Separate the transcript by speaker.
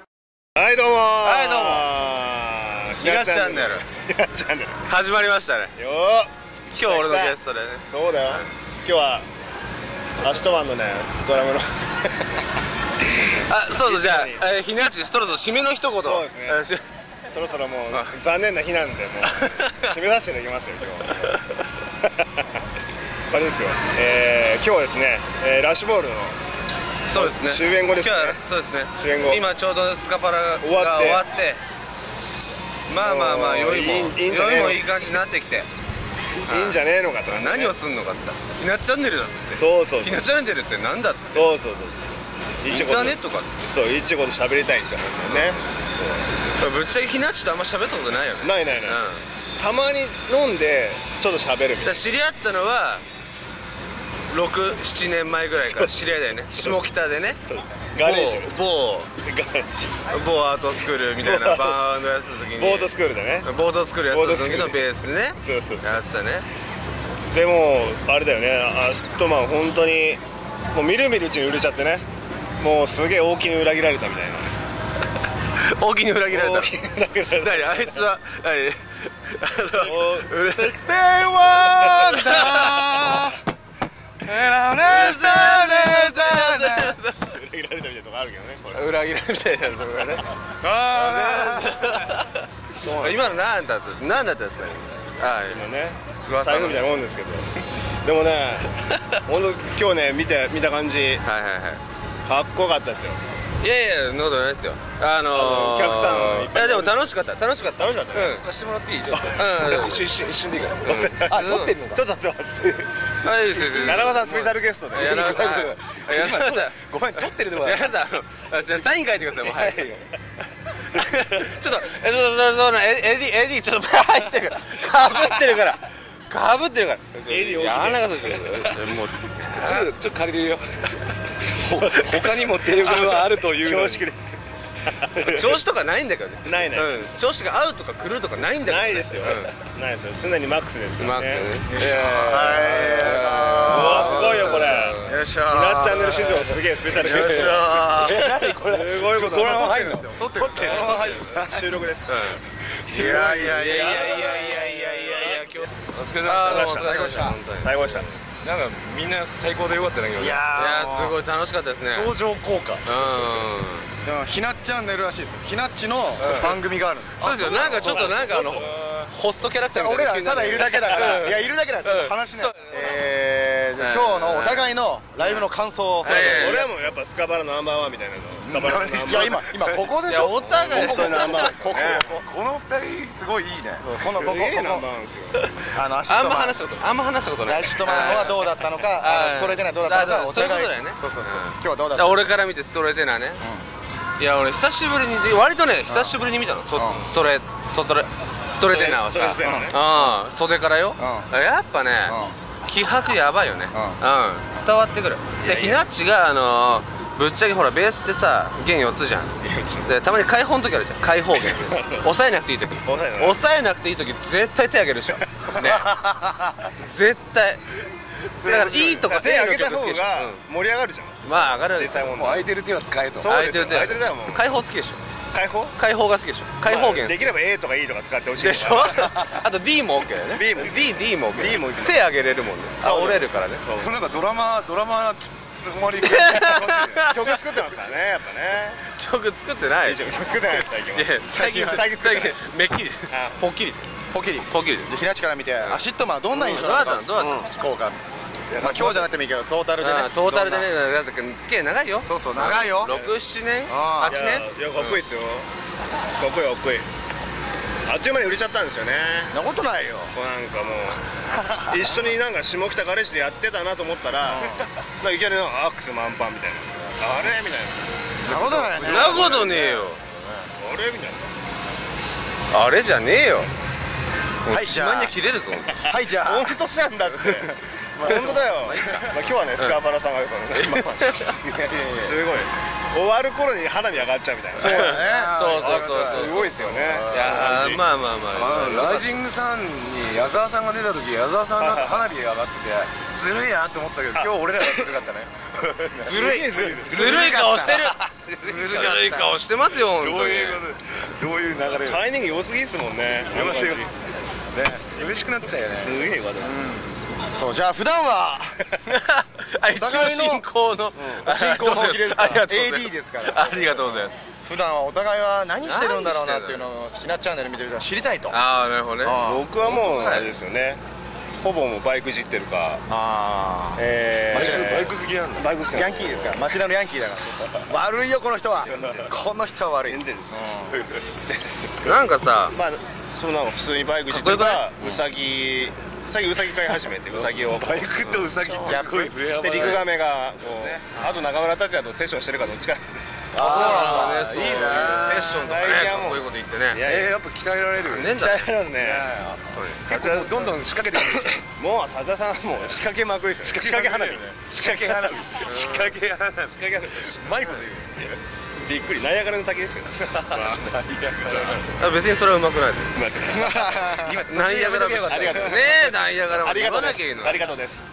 Speaker 1: どうも
Speaker 2: はいどう
Speaker 1: も
Speaker 2: ひがチャンネル
Speaker 1: ひがチャンネル
Speaker 2: 始まりましたね
Speaker 1: よ
Speaker 2: 今日俺のゲストでね
Speaker 1: ーそうだよ今日はアシトマンのねドラムの
Speaker 2: あそうそうじゃ
Speaker 1: 一緒
Speaker 2: あ、えー、ひなっちそろそろ締めの一言
Speaker 1: そうです
Speaker 2: ね
Speaker 1: そろそろもう残念な日 なんでもう締め出していただきますよ今日 あれですよ、えー、今日はですね、えー、ラッシュボールの
Speaker 2: そうですね
Speaker 1: 終演後ですね
Speaker 2: 今日はそうですね
Speaker 1: 終演後
Speaker 2: 今ちょうどスカパラが
Speaker 1: 終わ
Speaker 2: 終わ
Speaker 1: っ
Speaker 2: っててまあまあま
Speaker 1: も
Speaker 2: あ
Speaker 1: う
Speaker 2: 酔いも
Speaker 1: いいいいんじゃねえ
Speaker 2: 酔いもいい感じになってきて
Speaker 1: いいんじゃねえのかとかね、
Speaker 2: 何をすんのかっつったら「ひなチャンネル」だっつって
Speaker 1: そうそう
Speaker 2: 「ひ
Speaker 1: そう
Speaker 2: なチャンネル」ってなんだっつって
Speaker 1: そうそうそう
Speaker 2: イ
Speaker 1: い
Speaker 2: ン
Speaker 1: ち
Speaker 2: タ
Speaker 1: ごと
Speaker 2: ーネットかっつって
Speaker 1: そういちごと喋りたいって話よね、
Speaker 2: ぶっちゃけひなっちとあんま喋ったことないよね
Speaker 1: ないないない、たまに飲んでちょっと喋るみたいな
Speaker 2: だから知り合ったのは67年前ぐらいから知り合いだよね下北でね
Speaker 1: そうガレージ
Speaker 2: 某
Speaker 1: ガレージ
Speaker 2: 某某アートスクールみたいなバンドやってた時に
Speaker 1: ボートスクールでね
Speaker 2: ボートスクールやってた時の
Speaker 1: ボートスクール
Speaker 2: ベースね
Speaker 1: そうそう
Speaker 2: やってたね
Speaker 1: でもあれだよねアシットマン本当にもうみるみるうちに売れちゃってねもうすげえ大きに裏切られたみたいな
Speaker 2: 大きに裏切られた
Speaker 1: 大きに裏切られた
Speaker 2: 何あいつは何あの裏切
Speaker 1: 61だ裏切られたみたいなとこあるけどねこれ
Speaker 2: 裏切られみたいなのがね
Speaker 1: そうなんです
Speaker 2: 今の何だったんです何だったんですかねはい
Speaker 1: 今ね
Speaker 2: 噂
Speaker 1: 台
Speaker 2: の
Speaker 1: 風みたいなもんですけどでもね本当今日ね見て見た感じ
Speaker 2: はいはいはい
Speaker 1: かっこよかったですよ
Speaker 2: いやいや、そんなことないですよ。あの
Speaker 1: お
Speaker 2: ー、
Speaker 1: 客さんいっぱい
Speaker 2: や、でも楽しかった、楽しかった。
Speaker 1: 楽しかったね
Speaker 2: うん、貸してもらっていいちょっと。うん、うん、
Speaker 3: 一瞬一瞬でいいか
Speaker 2: あ撮ってん
Speaker 3: の
Speaker 1: ちょっと待って待って
Speaker 2: はい、ですです。
Speaker 1: 奈良さんスペシャルゲストで
Speaker 2: やらさん。やらさ
Speaker 3: ごめん撮ってるの
Speaker 2: ん。やらさん、あの、あじゃあサイン書いてください、もう、はい。ちょっと、え、そうそうそう、エディ、エディ、ちょっと、入ってるから。かぶってるから。かぶってるから。
Speaker 1: エディ大きいね
Speaker 2: やらなかったですよ。もう、
Speaker 3: ちょっとちょっと借りるよそう他にもテーブルはあると いうのに
Speaker 1: 恐縮で す
Speaker 2: 調子とかないんだけどね。
Speaker 1: ないない
Speaker 2: うん、調子が合うとか狂うとかないんだけどね。
Speaker 1: ないですよ、
Speaker 2: うん
Speaker 1: ないですよ常にマックスですから
Speaker 2: マッ
Speaker 1: ね
Speaker 2: クスね。
Speaker 1: うわすごいよこれ
Speaker 4: よいしょ
Speaker 1: ひなっチャンネル史上すげえスペシャル
Speaker 4: よいしょ
Speaker 1: すごいこと
Speaker 3: これ
Speaker 1: だ
Speaker 3: も入るんですよ
Speaker 4: 撮ってるんですよ
Speaker 1: 収録です
Speaker 4: いやいやいや
Speaker 2: い
Speaker 4: い
Speaker 2: やいやい
Speaker 4: や
Speaker 2: やいやいやいや今日
Speaker 3: お疲れ
Speaker 2: あ
Speaker 3: 様
Speaker 2: ー
Speaker 3: で
Speaker 2: ど
Speaker 3: し
Speaker 2: う
Speaker 3: た
Speaker 2: もお疲れ様でした
Speaker 3: なんか
Speaker 1: 最後でした
Speaker 3: みんな最高でよかったんだけど
Speaker 4: い
Speaker 3: いや
Speaker 2: いや
Speaker 4: や
Speaker 2: すごい楽しかったですね
Speaker 4: 相乗効果
Speaker 2: うん
Speaker 4: でもひなっチャンネルらしいですよひなっちの番組があるんです
Speaker 2: そうですよなんかちょっとなんかあのホストキャラクターみたいな
Speaker 4: 俺らただいるだけだからいやいるだけだからちょっと話しないえーじゃあ今日のお互いのライブの感想をそれぞ
Speaker 2: ええ
Speaker 1: 俺はもうやっぱスカバラナンバーワンみたいなのスカバラナンバーワン
Speaker 4: れいや今今ここで
Speaker 2: い
Speaker 4: し
Speaker 2: や
Speaker 4: ょ
Speaker 2: お互い
Speaker 4: ここ
Speaker 1: 本当にナンバーワンですよ
Speaker 4: ここ
Speaker 1: ね
Speaker 4: ここ
Speaker 3: この二人すごいいいね
Speaker 4: このこここ
Speaker 1: すげえナンバー
Speaker 4: こ
Speaker 1: ワンですよ
Speaker 4: あの足
Speaker 2: あん
Speaker 4: と
Speaker 2: ま
Speaker 4: ま
Speaker 2: 話したことあんま話したことない
Speaker 4: ライシュトマンはどうだったのか、
Speaker 2: はい
Speaker 4: あのストレートなどうだっ
Speaker 2: だか
Speaker 4: たのか、
Speaker 2: ら
Speaker 4: お
Speaker 2: そういうこ
Speaker 4: 互
Speaker 2: と
Speaker 4: い
Speaker 2: だよね
Speaker 4: そうそうそう
Speaker 2: うん。
Speaker 4: 今日はどうだ
Speaker 2: だか
Speaker 4: った
Speaker 2: ら
Speaker 4: の
Speaker 2: 俺から見てストレートなねいや俺久しぶりにで割とね久しぶりに見たのそ
Speaker 4: うん
Speaker 2: ストレストレストレートなは
Speaker 1: ストレー
Speaker 2: さ
Speaker 1: トなね
Speaker 2: うん袖からよやっぱね気迫やばいよねうん伝わってくるでひなっちがあのーぶっちゃけほらベースってさ弦4つじゃんでたまに開放の時あるじゃん 開放弦押さえなくていい時
Speaker 1: 押さえない
Speaker 2: 押さえなくていい時絶対手あげるでし ょね絶対だからいいとか
Speaker 1: 手
Speaker 2: いいの
Speaker 1: 挙げた
Speaker 2: 曲
Speaker 1: 方
Speaker 2: 好きでしょ
Speaker 1: が盛り上がるじゃん
Speaker 2: うんまあ上がる
Speaker 1: 実際も
Speaker 3: もう空いてる手は使えと
Speaker 1: そうですよ空
Speaker 2: 空い
Speaker 1: いてる手
Speaker 2: てる手
Speaker 1: はもう
Speaker 2: 開放好きでしょ
Speaker 1: 開放
Speaker 2: 開放が好きでしょ開放
Speaker 1: ま
Speaker 2: 弦
Speaker 1: あできれば A とか E とか使ってほしい
Speaker 2: でしょ あと D も OK だよね
Speaker 1: B も
Speaker 2: D, D も OK
Speaker 1: D も OK
Speaker 2: 手あげれるもんねあ
Speaker 1: そう
Speaker 2: 折れるからね
Speaker 3: そのなんかドラマドラマ終わり
Speaker 1: 曲作ってますからねやっぱね
Speaker 2: 曲作ってないでしょ
Speaker 1: 曲作ってないです最近
Speaker 2: いや
Speaker 1: は
Speaker 2: 最近
Speaker 1: 最近作ってない
Speaker 2: めっきり
Speaker 1: あ
Speaker 2: ポッキリ
Speaker 4: ポキリ
Speaker 2: ポッキリで
Speaker 4: でひなちから見て、アシットマンはどんな印象なのか、
Speaker 2: うんどうだったのどうだ
Speaker 4: 聞こうか、まあ、今日じゃなくてもいいけどトータルでね
Speaker 2: あトータルでね
Speaker 4: ど
Speaker 2: だっ
Speaker 4: ん
Speaker 2: て付き合い長いよ
Speaker 4: なそうそう長いよ
Speaker 2: 67年
Speaker 4: あ
Speaker 2: 8
Speaker 1: い
Speaker 4: ー
Speaker 1: やいや
Speaker 2: 年
Speaker 1: かっこいいですよ、かっこいいかっこいいあっという間に売れちゃったんですよね
Speaker 4: そんなことないよ
Speaker 1: こうなんかも う一緒になんか下北ガレージでやってたなと思ったらなんかいきなりなんかアックス満帆みたいなあれみたいな
Speaker 4: そんなことないね
Speaker 2: そんなことねえよ
Speaker 1: あれみたいな
Speaker 2: あれじゃねえよ
Speaker 4: はい
Speaker 2: ち
Speaker 4: じ
Speaker 2: ま
Speaker 4: ゃ
Speaker 2: ん
Speaker 4: あ
Speaker 2: に切れるぞ
Speaker 4: はいじゃあ
Speaker 1: 本当じゃんだ って 本当だよ、まあ、今日はねスカーパラさんがいるからねすごい終わる頃に花火上がっちゃうみたいな
Speaker 4: そ うだね
Speaker 2: そうそうそうそう
Speaker 3: すごいですよね
Speaker 2: いやーまあまあ
Speaker 5: あの
Speaker 2: まあ
Speaker 5: ライジングさんに矢沢さんが出た時矢沢さんなんか花火が上がっててずるいなって思ったけど今日俺らがずるかったね
Speaker 1: ずるいずるい
Speaker 2: ずるい顔してるずるい顔してますよ本当に
Speaker 5: どういう流れ
Speaker 1: タイミング良すぎですもんね
Speaker 5: よかったよかね嬉しくなっちゃうよね
Speaker 1: すげえよかった
Speaker 4: そうじゃあ普段 は
Speaker 2: あ一応進行の
Speaker 4: 進行の本気ですから
Speaker 2: ありがとうございます
Speaker 4: AD ですから
Speaker 2: ありがとうございます
Speaker 4: 普段はお互いは何してるんだろうなっていうの
Speaker 2: 何
Speaker 4: をひなチャンネル見てる人は知りたいとあ
Speaker 2: ああなるほどね
Speaker 4: あ
Speaker 1: 僕はもうあれですよねほぼもうバイクいじってるか
Speaker 4: あ
Speaker 1: え
Speaker 4: 街で
Speaker 1: ー
Speaker 4: バイ
Speaker 1: ク好きなんだバイク好き
Speaker 4: ーヤンキーですから町田のヤンキーだから悪いよこの人は この人は悪い
Speaker 1: 全然です
Speaker 2: なんかさ
Speaker 1: まあそのなんか普通にバイクいじってる
Speaker 2: か
Speaker 1: かウサギ最近ウサギ飼い始めてウサギをバイク
Speaker 5: とウサギって
Speaker 4: ギャ
Speaker 5: すごい
Speaker 4: ッ
Speaker 5: プレイヤー
Speaker 1: で陸亀がこうあと中村達也とセッションしてるかどっちか
Speaker 4: あ
Speaker 2: ねそういうセッションとかね
Speaker 1: 最近は
Speaker 2: か
Speaker 1: も
Speaker 2: っ
Speaker 1: う
Speaker 2: こいいこと言ってね
Speaker 1: いやい
Speaker 5: えー
Speaker 1: や
Speaker 5: やっぱ鍛えられる
Speaker 2: ねんだね
Speaker 1: 鍛えられますね
Speaker 5: 結構もうどんどん仕掛けてくるでし
Speaker 1: もう達也さんはもう仕掛けまくりですよね仕掛け花火仕掛け花火
Speaker 5: ょ仕掛けやらない
Speaker 1: 仕掛け花火
Speaker 5: うまいこと言う
Speaker 1: びっくり ナイアガラの滝ですよ
Speaker 2: あ別にそれはうまくないと
Speaker 5: 今
Speaker 2: ナイ
Speaker 5: や
Speaker 2: アガラ
Speaker 5: めとけばよかった
Speaker 1: ありがとう
Speaker 2: ねえナイアガラ
Speaker 1: ありがとう
Speaker 2: 言わな
Speaker 1: で
Speaker 2: きゃいいの
Speaker 1: すありがとうです